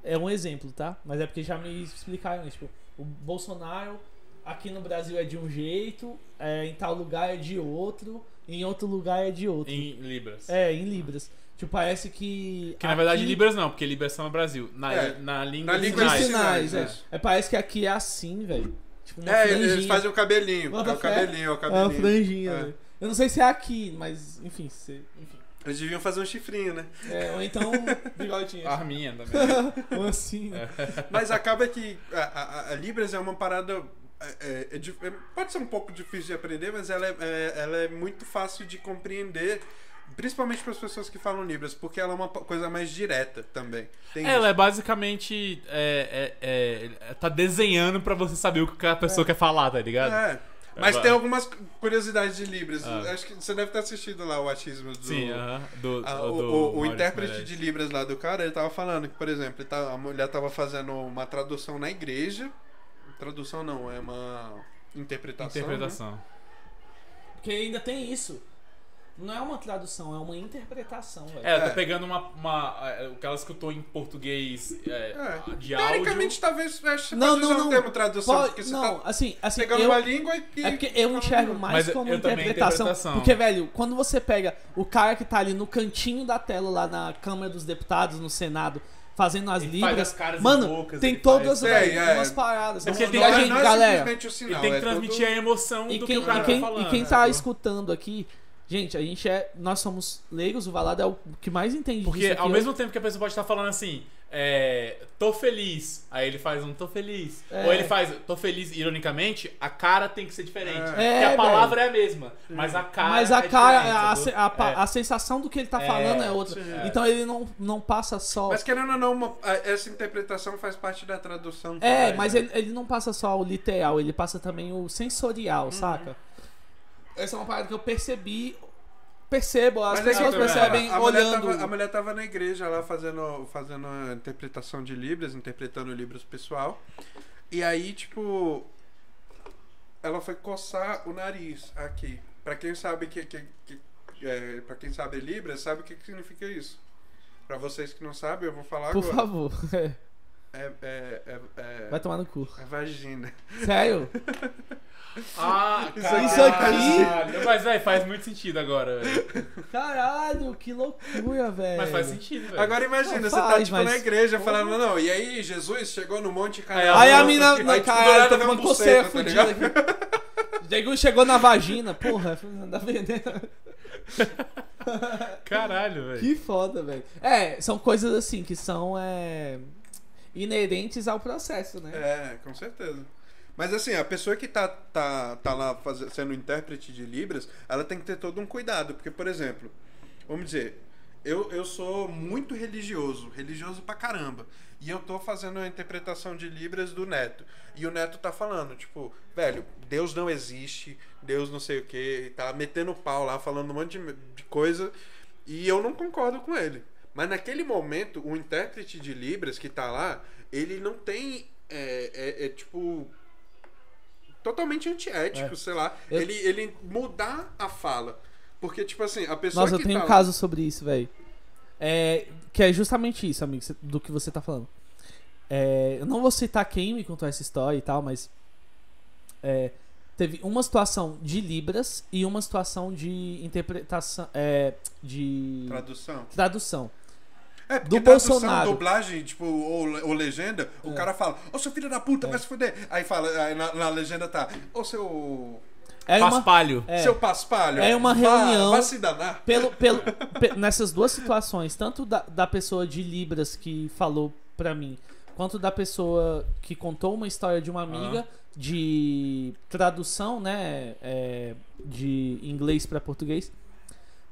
[SPEAKER 1] é um exemplo, tá? Mas é porque já me explicaram isso. Tipo, o Bolsonaro aqui no Brasil é de um jeito, é, em tal lugar é de outro, em outro lugar é de outro.
[SPEAKER 3] em Libras.
[SPEAKER 1] É, em Libras. Tipo, parece que.
[SPEAKER 3] Que na verdade
[SPEAKER 1] aqui-
[SPEAKER 3] Libras não, porque Libras são no Brasil. Na,
[SPEAKER 2] É.
[SPEAKER 3] na língua
[SPEAKER 2] Na
[SPEAKER 3] de
[SPEAKER 2] língua
[SPEAKER 1] Em
[SPEAKER 3] sinais. né?
[SPEAKER 2] de
[SPEAKER 1] sinais,
[SPEAKER 2] sinais,
[SPEAKER 1] é.
[SPEAKER 2] isso.
[SPEAKER 1] É, Parece que aqui é assim, velho. Tipo, uma
[SPEAKER 2] É,
[SPEAKER 1] franjinha.
[SPEAKER 2] eles fazem o cabelinho.
[SPEAKER 1] Bota
[SPEAKER 2] É o
[SPEAKER 1] fé.
[SPEAKER 2] cabelinho, é
[SPEAKER 1] É
[SPEAKER 2] o
[SPEAKER 1] uma
[SPEAKER 2] cabelinho.
[SPEAKER 1] franjinha,
[SPEAKER 2] É.
[SPEAKER 1] velho. Eu não sei se é aqui, mas enfim, se... enfim.
[SPEAKER 2] Eles deviam fazer um chifrinho, né?
[SPEAKER 1] É, ou então bigodinho.
[SPEAKER 3] Arminha também.
[SPEAKER 1] ou assim, né?
[SPEAKER 3] É.
[SPEAKER 2] Mas acaba que a, a- a Libras é uma parada. é, é, é dif- é, pode ser um pouco difícil de aprender, mas ela é, é- ela é muito fácil de compreender, principalmente para as pessoas que falam Libras, porque ela é uma po- coisa mais direta também. Tem
[SPEAKER 3] Ela é basicamente. É, é- é- tá desenhando pra você saber o que a pessoa quer falar, tá ligado?
[SPEAKER 2] É. Mas
[SPEAKER 3] Ela-
[SPEAKER 2] tem algumas cu- curiosidades de Libras.
[SPEAKER 3] Ah.
[SPEAKER 2] Acho que você deve ter assistido lá o achismo do.
[SPEAKER 3] Sim, aham. do,
[SPEAKER 2] Ah,
[SPEAKER 3] do-
[SPEAKER 2] o,
[SPEAKER 3] do
[SPEAKER 2] o- o
[SPEAKER 3] Maurício
[SPEAKER 2] intérprete
[SPEAKER 3] Meirelles.
[SPEAKER 2] de Libras lá do cara, ele tava falando que, por exemplo, ele tava- a mulher tava fazendo uma tradução na igreja. Tradução não, é uma interpretação. né?
[SPEAKER 3] Interpretação.
[SPEAKER 1] Porque ainda tem isso. Não é uma tradução, é uma interpretação, velho.
[SPEAKER 3] É, tá
[SPEAKER 2] É.
[SPEAKER 3] pegando uma, uma- é, O que ela escutou em português é,
[SPEAKER 2] É.
[SPEAKER 3] de
[SPEAKER 2] Teoricamente,
[SPEAKER 3] áudio.
[SPEAKER 2] talvez acho que
[SPEAKER 1] Não,
[SPEAKER 2] pode
[SPEAKER 1] não,
[SPEAKER 2] usar
[SPEAKER 1] não.
[SPEAKER 2] um termo tradução,
[SPEAKER 1] Pode-
[SPEAKER 2] porque você
[SPEAKER 1] não,
[SPEAKER 2] tá
[SPEAKER 1] assim, assim,
[SPEAKER 2] pegando
[SPEAKER 1] eu,
[SPEAKER 2] uma língua e.
[SPEAKER 1] é porque eu enxergo mais
[SPEAKER 3] Mas eu-
[SPEAKER 1] como
[SPEAKER 3] eu também
[SPEAKER 1] interpretação,
[SPEAKER 3] interpretação.
[SPEAKER 1] Porque, velho, quando você pega o cara que tá ali no cantinho da tela, lá na Câmara dos Deputados, no Senado, fazendo as
[SPEAKER 3] Ele
[SPEAKER 1] libras,
[SPEAKER 3] faz as caras
[SPEAKER 1] mano,
[SPEAKER 3] e bocas,
[SPEAKER 1] tem
[SPEAKER 3] ele
[SPEAKER 1] todas
[SPEAKER 3] faz-
[SPEAKER 1] velho,
[SPEAKER 2] É, é.
[SPEAKER 1] umas paradas.
[SPEAKER 3] Porque
[SPEAKER 1] Então,
[SPEAKER 3] tem-
[SPEAKER 2] não,
[SPEAKER 1] a
[SPEAKER 2] é-
[SPEAKER 1] gente,
[SPEAKER 2] não é
[SPEAKER 1] galera,
[SPEAKER 2] simplesmente o
[SPEAKER 3] Ele
[SPEAKER 2] sinal.
[SPEAKER 3] tem que
[SPEAKER 2] é todo-
[SPEAKER 3] transmitir a emoção
[SPEAKER 1] e
[SPEAKER 3] do
[SPEAKER 1] quem,
[SPEAKER 3] que o cara
[SPEAKER 1] e quem,
[SPEAKER 3] tá falando.
[SPEAKER 1] e quem tá
[SPEAKER 3] é.
[SPEAKER 1] escutando aqui Gente, a gente é. Nós somos leigos, o Valado é o que mais entende
[SPEAKER 3] Porque
[SPEAKER 1] disso aqui. é né?
[SPEAKER 3] ao
[SPEAKER 1] Eu-
[SPEAKER 3] mesmo tempo que a pessoa pode estar falando assim, é, tô feliz, aí ele faz um tô feliz.
[SPEAKER 1] É.
[SPEAKER 3] Ou ele faz tô feliz, ironicamente, a cara tem que ser diferente.
[SPEAKER 2] É.
[SPEAKER 3] Porque
[SPEAKER 1] É,
[SPEAKER 3] a palavra é a mesma, mas a cara
[SPEAKER 1] Mas
[SPEAKER 3] é
[SPEAKER 1] a
[SPEAKER 3] diferente,
[SPEAKER 1] cara, a,
[SPEAKER 3] sacou?
[SPEAKER 1] se- a pa-
[SPEAKER 3] É.
[SPEAKER 1] a sensação do que ele tá
[SPEAKER 3] É,
[SPEAKER 1] falando é outra.
[SPEAKER 2] sim.
[SPEAKER 1] Então ele não, não passa só.
[SPEAKER 2] Mas querendo ou não, uma- a- essa interpretação faz parte da tradução.
[SPEAKER 1] É,
[SPEAKER 2] também,
[SPEAKER 1] mas
[SPEAKER 2] né?
[SPEAKER 1] ele, ele não passa só o literal, ele passa também o sensorial, saca? Essa é uma parada que eu percebi. Percebo, as
[SPEAKER 2] Mas é que
[SPEAKER 1] pessoas
[SPEAKER 2] eu-
[SPEAKER 1] percebem
[SPEAKER 2] a, a
[SPEAKER 1] olhando.
[SPEAKER 2] Mulher tava, a mulher tava na igreja lá fazendo, fazendo a interpretação de Libras, interpretando Libras pessoal. E aí, tipo, ela foi coçar o nariz aqui. Pra quem sabe que. que, que é, pra quem sabe Libras, sabe o que, que significa isso. Pra vocês que não sabem, eu vou falar
[SPEAKER 1] Por
[SPEAKER 2] agora.
[SPEAKER 1] favor. É.
[SPEAKER 2] É, é, é, é,
[SPEAKER 1] Vai tomar no cu.
[SPEAKER 2] é vagina.
[SPEAKER 1] Sério?
[SPEAKER 3] Ah,
[SPEAKER 1] Isso- isso
[SPEAKER 3] caralho. Mas, velho, faz muito sentido agora, velho.
[SPEAKER 1] Caralho, que loucura, velho.
[SPEAKER 3] Mas faz sentido,
[SPEAKER 1] É.
[SPEAKER 3] velho.
[SPEAKER 2] Agora imagina,
[SPEAKER 1] Não,
[SPEAKER 2] você tá
[SPEAKER 1] faz,
[SPEAKER 2] tipo
[SPEAKER 1] mas-
[SPEAKER 2] na igreja falando, não, e aí Jesus chegou no Monte Canaã.
[SPEAKER 1] Aí a
[SPEAKER 3] Nossa,
[SPEAKER 1] mina.
[SPEAKER 2] Aí, tipo, do
[SPEAKER 1] Caralho,
[SPEAKER 2] nada
[SPEAKER 1] tá
[SPEAKER 2] vem
[SPEAKER 1] tomando
[SPEAKER 2] um
[SPEAKER 1] coceira
[SPEAKER 2] buceta,
[SPEAKER 1] fudida
[SPEAKER 2] tá ligado?
[SPEAKER 1] aqui. Diego chegou na vagina, porra, não dá vendendo.
[SPEAKER 3] Caralho, velho.
[SPEAKER 1] Que foda, velho. É, são coisas assim que são é, inerentes ao processo, né?
[SPEAKER 2] É, com certeza. Mas assim, a pessoa que tá, tá, tá lá faze- sendo intérprete de Libras, ela tem que ter todo um cuidado. Porque, por exemplo, vamos dizer, eu, eu sou muito religioso, religioso pra caramba. E eu tô fazendo a interpretação de Libras do Neto. E o Neto tá falando, tipo, velho, Deus não existe, Deus não sei o quê, tá metendo pau lá, falando um monte de, de coisa. E eu não concordo com ele. Mas naquele momento, o intérprete de Libras que tá lá, ele não tem. É, é- é, tipo. Totalmente antiético,
[SPEAKER 3] É.
[SPEAKER 2] sei lá.
[SPEAKER 1] Eu-
[SPEAKER 2] Ele, ele mudar a fala. Porque, tipo assim, a pessoa
[SPEAKER 1] Nossa, eu
[SPEAKER 2] que
[SPEAKER 1] tenho
[SPEAKER 2] tá
[SPEAKER 1] um
[SPEAKER 2] lá-
[SPEAKER 1] caso sobre isso, velho. É, que é justamente isso, amigo, cê- do que você tá falando. É, eu não vou citar quem me contou essa história e tal, mas. é, teve uma situação de Libras e uma situação de interpretação. é, de.
[SPEAKER 2] Tradução.
[SPEAKER 1] Tradução.
[SPEAKER 2] É, porque
[SPEAKER 1] Do
[SPEAKER 2] tradução,
[SPEAKER 1] Bolsonaro. É.
[SPEAKER 2] dublagem, tipo, ou, le- ou legenda, o cara fala, ô seu filho da puta, vai se fuder. Aí fala, aí na, na legenda tá, ô seu.
[SPEAKER 1] É uma,
[SPEAKER 3] Paspalho.
[SPEAKER 1] É.
[SPEAKER 2] Seu paspalho.
[SPEAKER 1] É uma
[SPEAKER 2] vá-
[SPEAKER 1] reunião-
[SPEAKER 2] Vá se danar.
[SPEAKER 1] pelo, pelo, pe- nessas duas situações, tanto da, da pessoa de Libras que falou pra mim, quanto da pessoa que contou uma história de uma amiga de tradução, né, é, de inglês pra português,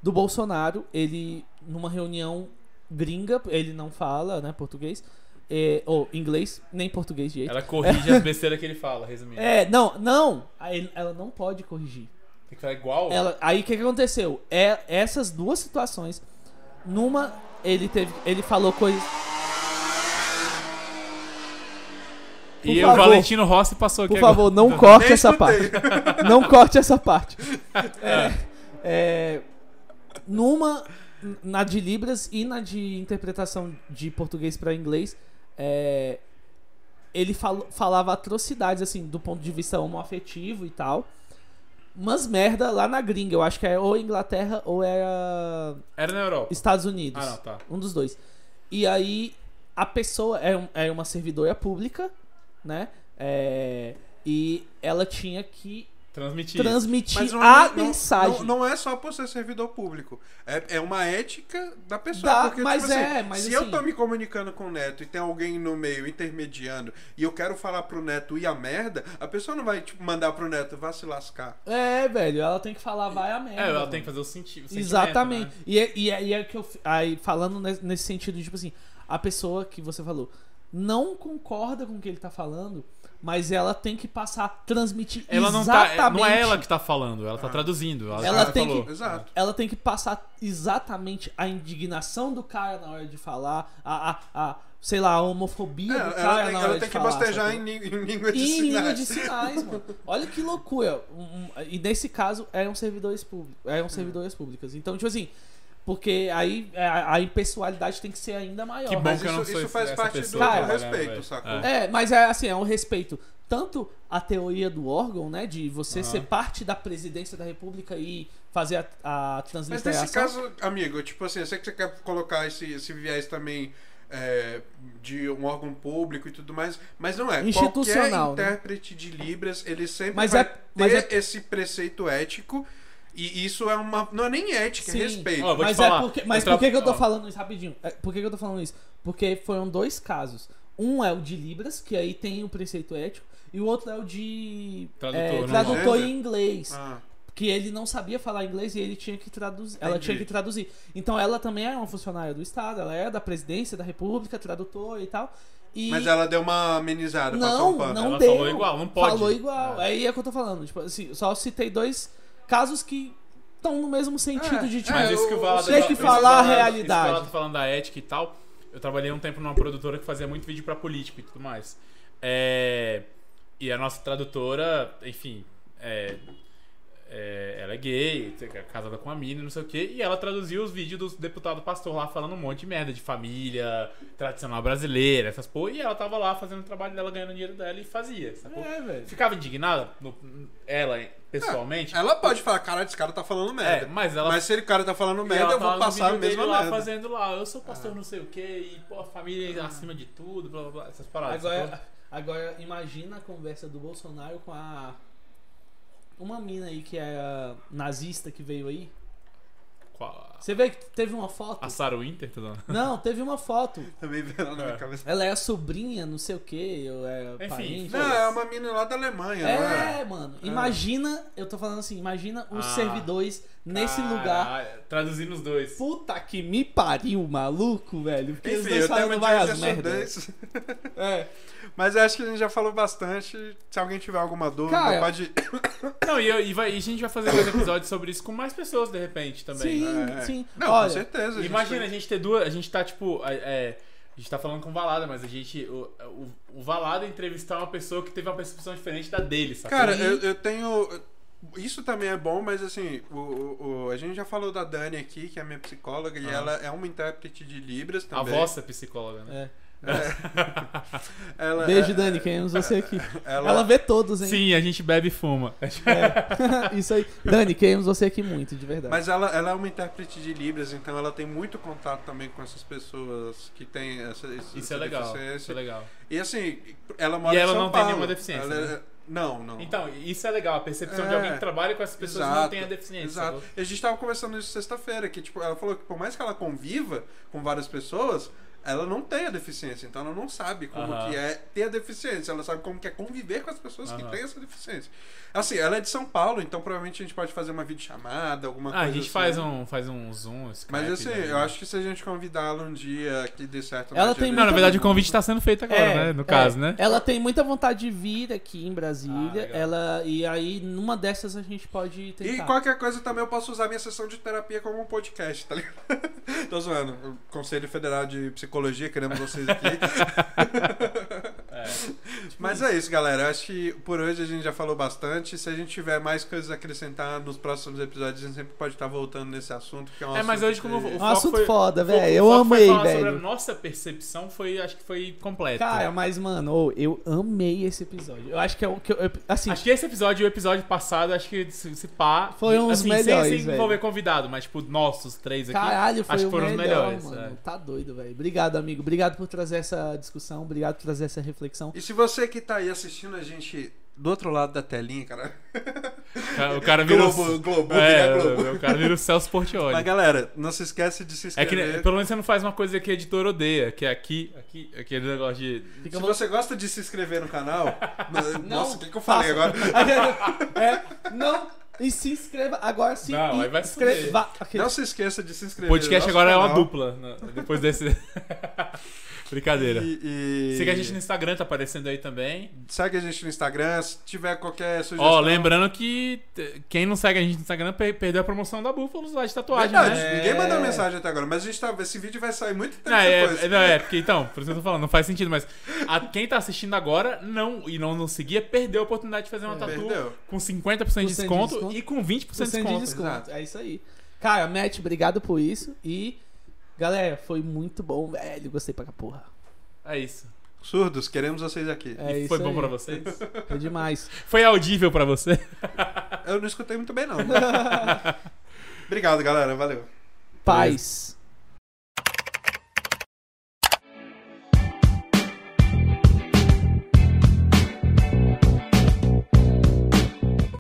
[SPEAKER 1] do Bolsonaro, ele numa reunião gringa, ele não fala, né, português, é, ou inglês, nem português de jeito.
[SPEAKER 3] Ela corrige as besteiras que ele fala, resumindo.
[SPEAKER 1] É, não, não, aí ela não pode corrigir.
[SPEAKER 3] Tem que falar igual.
[SPEAKER 1] Ela- aí o que que aconteceu? É, essas duas situações, numa ele teve, ele falou coisas. por
[SPEAKER 3] e o
[SPEAKER 1] favor.
[SPEAKER 3] Valentino Rossi passou aqui
[SPEAKER 1] Por favor, não
[SPEAKER 2] Nem
[SPEAKER 1] corte essa
[SPEAKER 2] escutei. Ah.
[SPEAKER 1] parte. Não corte essa parte. É, é, numa na de libras e na de interpretação de português pra inglês, é, ele falo- falava atrocidades assim do ponto de vista homoafetivo e tal. Umas merda lá na gringa, eu acho que é ou Inglaterra ou era
[SPEAKER 3] Era na Europa.
[SPEAKER 1] Estados Unidos.
[SPEAKER 3] Ah, não, tá.
[SPEAKER 1] Um dos dois. E aí, a pessoa é, um- é uma servidora pública, né? É, e ela tinha que
[SPEAKER 3] Transmitir.
[SPEAKER 1] transmitir
[SPEAKER 3] é
[SPEAKER 2] não-
[SPEAKER 1] a
[SPEAKER 2] não-
[SPEAKER 1] mensagem.
[SPEAKER 2] Não, não é só por ser servidor público. É, é uma ética da pessoa.
[SPEAKER 1] Dá,
[SPEAKER 2] porque,
[SPEAKER 1] mas
[SPEAKER 2] tipo assim,
[SPEAKER 1] é, mas
[SPEAKER 2] se
[SPEAKER 1] assim-
[SPEAKER 2] eu tô me comunicando com o neto e tem alguém no meio intermediando e eu quero falar pro neto ir a merda, a pessoa não vai tipo, mandar pro neto vá se lascar.
[SPEAKER 1] É, velho, ela tem que falar, vai a merda.
[SPEAKER 3] É, ela
[SPEAKER 1] mano.
[SPEAKER 3] tem que fazer o sentido. o sentimento,
[SPEAKER 1] Exatamente.
[SPEAKER 3] né?
[SPEAKER 1] E, é- e, é- e é que eu. fi- Aí, falando ne- nesse sentido, tipo assim, a pessoa que você falou não concorda com o que ele tá falando, mas ela tem que passar, transmitir
[SPEAKER 3] Ela não
[SPEAKER 1] exatamente.
[SPEAKER 3] tá. Não é ela que tá falando, ela
[SPEAKER 2] Ah.
[SPEAKER 3] tá traduzindo. Ela,
[SPEAKER 1] Ela
[SPEAKER 3] já
[SPEAKER 1] tem
[SPEAKER 3] falou.
[SPEAKER 1] que-
[SPEAKER 2] Exato.
[SPEAKER 1] ela tem que passar exatamente a indignação do cara na hora de falar, a, a, a sei lá, a homofobia
[SPEAKER 2] É,
[SPEAKER 1] do cara
[SPEAKER 2] ela tem,
[SPEAKER 1] na
[SPEAKER 2] ela
[SPEAKER 1] hora de
[SPEAKER 2] tem que
[SPEAKER 1] falar.
[SPEAKER 2] bostejar
[SPEAKER 1] sacou?
[SPEAKER 2] em, lí- em língua de né?
[SPEAKER 1] Em língua
[SPEAKER 2] sinais.
[SPEAKER 1] de sinais, mano. Olha que loucura. Um- um- e nesse caso, é um eram servidores públicos.
[SPEAKER 2] Hum.
[SPEAKER 1] Eram é um servidores públicas. Então, tipo assim, porque aí é, a, a impessoalidade tem que ser ainda maior.
[SPEAKER 3] Que bom né?
[SPEAKER 2] Mas
[SPEAKER 3] que eu não
[SPEAKER 2] isso-
[SPEAKER 3] sou
[SPEAKER 2] isso faz
[SPEAKER 3] essa
[SPEAKER 2] parte do-
[SPEAKER 3] pessoa
[SPEAKER 1] do
[SPEAKER 3] trabalhando,
[SPEAKER 2] respeito,
[SPEAKER 3] velho.
[SPEAKER 2] sacou?
[SPEAKER 3] É.
[SPEAKER 1] É, mas é assim, é um respeito. Tanto a teoria do órgão, né? De você ser parte da presidência da república e fazer a, a
[SPEAKER 2] Mas
[SPEAKER 1] transliteração.
[SPEAKER 2] nesse caso, amigo, tipo assim, eu sei que você quer colocar esse, esse viés também é, de um órgão público e tudo mais, mas não é.
[SPEAKER 1] Institucional, né?
[SPEAKER 2] Qualquer intérprete de Libras, ele sempre
[SPEAKER 1] Mas
[SPEAKER 2] vai
[SPEAKER 1] é-
[SPEAKER 2] ter
[SPEAKER 1] mas
[SPEAKER 2] esse preceito ético E isso é uma. Não é nem ética,
[SPEAKER 1] Sim.
[SPEAKER 2] é respeito.
[SPEAKER 3] Ó, vou te
[SPEAKER 1] mas
[SPEAKER 3] falar,
[SPEAKER 1] é porque, mas
[SPEAKER 3] eu Ah. tra-
[SPEAKER 1] por que, que eu tô
[SPEAKER 3] ó.
[SPEAKER 1] falando isso rapidinho? É, Por que, que eu tô falando isso? Porque foram dois casos. Um é o de Libras, que aí tem o preceito ético, e o outro é o de
[SPEAKER 3] Tradutor, né?
[SPEAKER 1] é,
[SPEAKER 3] não
[SPEAKER 1] tradutor
[SPEAKER 2] manja?
[SPEAKER 1] em inglês.
[SPEAKER 2] Ah,
[SPEAKER 1] Que ele não sabia falar inglês e ele tinha que traduzir. Ela
[SPEAKER 2] Entendi.
[SPEAKER 1] tinha que traduzir. Então ela também é uma funcionária do Estado, ela é da presidência da República, tradutor e tal. E
[SPEAKER 2] Mas ela um deu uma amenizada pra
[SPEAKER 1] não,
[SPEAKER 2] São Paulo.
[SPEAKER 1] não
[SPEAKER 3] Ela
[SPEAKER 1] deu.
[SPEAKER 3] falou igual, não pode.
[SPEAKER 1] Falou igual.
[SPEAKER 3] É.
[SPEAKER 1] Aí é o que eu tô falando. Tipo, assim, só citei dois casos que estão no mesmo sentido de tipo.
[SPEAKER 3] Mas
[SPEAKER 2] É,
[SPEAKER 3] isso que eu
[SPEAKER 2] o-
[SPEAKER 3] falo
[SPEAKER 1] tem que falar a realidade.
[SPEAKER 3] Isso que eu falando da ética e tal. Eu trabalhei um tempo numa produtora que fazia muito vídeo pra político e tudo mais. É, E a nossa tradutora, enfim, é, é, ela é gay, é casada com uma mina, não sei o quê, e ela traduzia os vídeos dos deputados pastor lá falando um monte de merda de família, tradicional brasileira, essas porra, e ela tava lá fazendo o trabalho dela, ganhando dinheiro dela e fazia, sacou?
[SPEAKER 1] É, velho.
[SPEAKER 3] Ficava indignada, no- ela pessoalmente,
[SPEAKER 1] é,
[SPEAKER 2] Ela pode falar, cara, esse cara tá falando merda.
[SPEAKER 3] É, mas ela-
[SPEAKER 2] se ele cara tá falando
[SPEAKER 3] E ela
[SPEAKER 2] merda, eu
[SPEAKER 3] tava
[SPEAKER 2] vou
[SPEAKER 3] no
[SPEAKER 2] passar a
[SPEAKER 3] vídeo dele
[SPEAKER 2] mesma
[SPEAKER 3] lá
[SPEAKER 2] merda. É. Ah.
[SPEAKER 3] fazendo lá, eu sou pastor não sei o que, e pô, a família acima de tudo, blá blá blá, essas paradas.
[SPEAKER 1] Agora,
[SPEAKER 2] então.
[SPEAKER 3] sacou?
[SPEAKER 1] agora imagina a conversa do Bolsonaro com a. Uma mina aí que é nazista que veio aí.
[SPEAKER 2] é-
[SPEAKER 3] Qual-
[SPEAKER 1] Você vê que teve uma foto?
[SPEAKER 3] A Sarah Winter, tá dando?
[SPEAKER 1] Não, teve uma foto.
[SPEAKER 2] Também vendo na minha
[SPEAKER 3] É.
[SPEAKER 2] cabeça.
[SPEAKER 1] Ela é a sobrinha, não sei o que, eu é
[SPEAKER 3] Enfim,
[SPEAKER 1] parente.
[SPEAKER 2] Não, é uma mina lá da Alemanha, né?
[SPEAKER 1] É, mano. Imagina, eu tô falando assim, imagina os
[SPEAKER 3] Ah.
[SPEAKER 1] servidores nesse lugar.
[SPEAKER 3] Caralho, Traduzindo os dois.
[SPEAKER 1] Puta que me pariu, maluco, velho. Porque os
[SPEAKER 2] Enfim,
[SPEAKER 1] dois
[SPEAKER 2] eu tenho
[SPEAKER 1] falando
[SPEAKER 2] uma
[SPEAKER 1] vai
[SPEAKER 2] teoria
[SPEAKER 1] as
[SPEAKER 2] sobre
[SPEAKER 1] merdas.
[SPEAKER 2] isso.
[SPEAKER 1] É.
[SPEAKER 2] Mas eu acho que a gente já falou bastante. Se alguém tiver alguma dúvida,
[SPEAKER 1] Cara,
[SPEAKER 2] pode.
[SPEAKER 3] Não, e, eu- e vai- e a gente vai fazer dois episódios sobre isso com mais pessoas, de repente, também.
[SPEAKER 1] Sim,
[SPEAKER 2] É.
[SPEAKER 1] sim.
[SPEAKER 2] Não, com
[SPEAKER 1] Olha,
[SPEAKER 2] certeza. a gente
[SPEAKER 3] Imagina, a
[SPEAKER 2] tem-
[SPEAKER 3] gente ter duas. A gente tá tipo. a- é, a gente tá falando com o Valada, mas a gente. O, o, o Valada entrevistar uma pessoa que teve uma percepção diferente da dele, sabe?
[SPEAKER 2] Cara, eu, eu tenho. Isso também é bom, mas assim, o, o- o- a gente já falou da Dani aqui, que é minha psicóloga, e
[SPEAKER 3] Ah.
[SPEAKER 2] ela é uma intérprete de Libras
[SPEAKER 3] a
[SPEAKER 2] também.
[SPEAKER 3] vossa psicóloga, né?
[SPEAKER 1] é.
[SPEAKER 2] Ela, é,
[SPEAKER 1] Beijo, Dani, queremos você aqui.
[SPEAKER 2] Ela,
[SPEAKER 1] Ela, vê todos, hein?
[SPEAKER 3] Sim, a gente bebe e fuma.
[SPEAKER 1] É. Isso aí. Dani, queremos você aqui muito, de verdade.
[SPEAKER 2] Mas ela, ela é uma intérprete de Libras, então ela tem muito contato também com essas pessoas que têm essa, essa,
[SPEAKER 3] Isso
[SPEAKER 2] essa
[SPEAKER 3] é legal. Isso
[SPEAKER 2] deficiência.
[SPEAKER 3] é legal.
[SPEAKER 2] E assim, ela mora
[SPEAKER 3] E
[SPEAKER 2] em
[SPEAKER 3] ela
[SPEAKER 2] São
[SPEAKER 3] não tem
[SPEAKER 2] Paulo.
[SPEAKER 3] nenhuma deficiência, né?
[SPEAKER 2] Ela- é Não, não.
[SPEAKER 3] Então, isso é legal, a percepção de
[SPEAKER 2] É.
[SPEAKER 3] alguém que trabalha com essas pessoas que não tem a deficiência.
[SPEAKER 2] Exato.
[SPEAKER 3] sacou?
[SPEAKER 2] E a gente tava conversando isso sexta-feira, que tipo, ela falou que por mais que ela conviva com várias pessoas, ela não tem a deficiência, então ela não sabe como
[SPEAKER 3] Aham.
[SPEAKER 2] que é ter a deficiência, ela sabe como que é conviver com as pessoas que
[SPEAKER 3] Aham.
[SPEAKER 2] têm essa deficiência. Assim, ela é de São Paulo, então provavelmente a gente pode fazer uma videochamada, alguma
[SPEAKER 3] Ah,
[SPEAKER 2] coisa
[SPEAKER 3] a gente
[SPEAKER 2] assim.
[SPEAKER 3] faz um, faz um zoom, Skype,
[SPEAKER 2] Mas assim,
[SPEAKER 3] né?
[SPEAKER 2] eu acho que se a gente convidá-la um dia que dê certo...
[SPEAKER 1] Ela
[SPEAKER 2] na
[SPEAKER 1] tem
[SPEAKER 2] agenda-
[SPEAKER 3] Não, na verdade o convite tá sendo feito agora,
[SPEAKER 1] É,
[SPEAKER 3] né? No
[SPEAKER 1] é.
[SPEAKER 3] caso, né?
[SPEAKER 1] Ela tem muita vontade de vir aqui em
[SPEAKER 3] Ah,
[SPEAKER 1] Brasília.
[SPEAKER 3] legal.
[SPEAKER 1] ela E aí, numa dessas, a gente pode tentar.
[SPEAKER 3] Tá.
[SPEAKER 2] E qualquer coisa também eu posso usar minha sessão de terapia como um podcast, tá ligado? Tô zoando. O Conselho Federal de Psicologia, queremos vocês aqui.
[SPEAKER 1] É.
[SPEAKER 2] Mas é isso, galera. Eu Acho que por hoje a gente já falou bastante. Se a gente tiver mais coisas a acrescentar nos próximos episódios, a gente sempre pode estar voltando nesse assunto. Que é, um
[SPEAKER 3] É, mas
[SPEAKER 2] assunto
[SPEAKER 3] hoje como
[SPEAKER 2] que-
[SPEAKER 3] eu
[SPEAKER 1] É
[SPEAKER 3] vou-
[SPEAKER 1] um
[SPEAKER 3] foco
[SPEAKER 1] assunto
[SPEAKER 3] foi-
[SPEAKER 1] foda, velho.
[SPEAKER 3] O
[SPEAKER 1] Eu
[SPEAKER 3] foco foi
[SPEAKER 1] amei,
[SPEAKER 3] falar Sobre a
[SPEAKER 1] velho.
[SPEAKER 3] nossa percepção foi, acho que foi completa.
[SPEAKER 1] Cara, mas, mano, ô, eu amei esse episódio. Eu acho que é o que eu. eu- Assim,
[SPEAKER 3] Acho que esse episódio e o episódio passado, acho que se, se pá.
[SPEAKER 1] Foi um dos
[SPEAKER 3] assim,
[SPEAKER 1] melhores,
[SPEAKER 3] Sem, sem
[SPEAKER 1] velho.
[SPEAKER 3] envolver convidado, mas tipo, nossos três aqui.
[SPEAKER 1] caralho, foi
[SPEAKER 3] acho que
[SPEAKER 1] o
[SPEAKER 3] foram os
[SPEAKER 1] melhor,
[SPEAKER 3] melhores,
[SPEAKER 1] mano.
[SPEAKER 3] é.
[SPEAKER 1] Tá doido, velho. Obrigado, amigo. Obrigado por trazer essa discussão. Obrigado por trazer essa reflexão.
[SPEAKER 2] E se você que tá aí assistindo a gente do outro lado da telinha, cara.
[SPEAKER 3] O cara vira. o-
[SPEAKER 2] Globo, Globo,
[SPEAKER 3] Tá é,
[SPEAKER 2] vira Globo.
[SPEAKER 3] o cara vira o Celso
[SPEAKER 2] Mas
[SPEAKER 3] Portioli.
[SPEAKER 2] galera, não se esquece de se
[SPEAKER 3] É que
[SPEAKER 2] inscrever.
[SPEAKER 3] né, pelo menos você não faz uma coisa que a editora odeia, que é aqui, aqui, aquele negócio de
[SPEAKER 1] Fica
[SPEAKER 2] Se
[SPEAKER 1] à
[SPEAKER 2] você gosta de se inscrever no canal. no-
[SPEAKER 1] Não,
[SPEAKER 2] nossa, o que, que eu falei
[SPEAKER 1] faça.
[SPEAKER 2] agora?
[SPEAKER 1] É, não. E se inscreva agora sim.
[SPEAKER 3] Não,
[SPEAKER 1] e
[SPEAKER 3] aí vai se
[SPEAKER 1] inscreva-
[SPEAKER 3] fuder.
[SPEAKER 1] vá- ok.
[SPEAKER 2] Não se esqueça de se
[SPEAKER 3] O
[SPEAKER 2] inscrever.
[SPEAKER 3] podcast
[SPEAKER 2] no nosso
[SPEAKER 3] agora é uma
[SPEAKER 2] canal.
[SPEAKER 3] dupla, né? depois desse. Brincadeira.
[SPEAKER 2] E, e...
[SPEAKER 3] Siga a gente no Instagram, tá aparecendo aí também.
[SPEAKER 2] Segue a gente no Instagram. Se tiver qualquer sugestão.
[SPEAKER 3] Ó, lembrando que t- quem não segue a gente no Instagram per- perdeu a promoção da Búfalos lá de tatuagem,
[SPEAKER 2] Verdade,
[SPEAKER 3] né?
[SPEAKER 2] ninguém
[SPEAKER 1] É.
[SPEAKER 2] mandou mensagem até agora, mas a gente tá. Esse vídeo vai sair muito tempo
[SPEAKER 3] Não
[SPEAKER 2] depois.
[SPEAKER 3] é, é- não, é, porque então, por isso que eu tô falando, não faz sentido, mas a- quem tá assistindo agora não e não nos seguia, perdeu a oportunidade de fazer uma
[SPEAKER 2] tá
[SPEAKER 1] É.
[SPEAKER 3] tatu
[SPEAKER 2] Perdeu.
[SPEAKER 3] com 50% de
[SPEAKER 1] de
[SPEAKER 3] desconto,
[SPEAKER 1] desconto.
[SPEAKER 3] e com 20%
[SPEAKER 1] 100%
[SPEAKER 3] de desconto.
[SPEAKER 1] de desconto.
[SPEAKER 2] Exato.
[SPEAKER 1] É isso aí. Cara, Matt, obrigado por isso. E, galera, foi muito bom, velho. Gostei pra porra.
[SPEAKER 3] É isso.
[SPEAKER 2] Surdos, queremos vocês aqui.
[SPEAKER 1] É isso
[SPEAKER 3] Foi bom
[SPEAKER 1] aí.
[SPEAKER 3] pra vocês?
[SPEAKER 1] Foi demais.
[SPEAKER 3] Foi audível pra você? É.
[SPEAKER 2] Eu não escutei muito bem, não. Obrigado, galera. Valeu.
[SPEAKER 3] É.
[SPEAKER 1] Paz.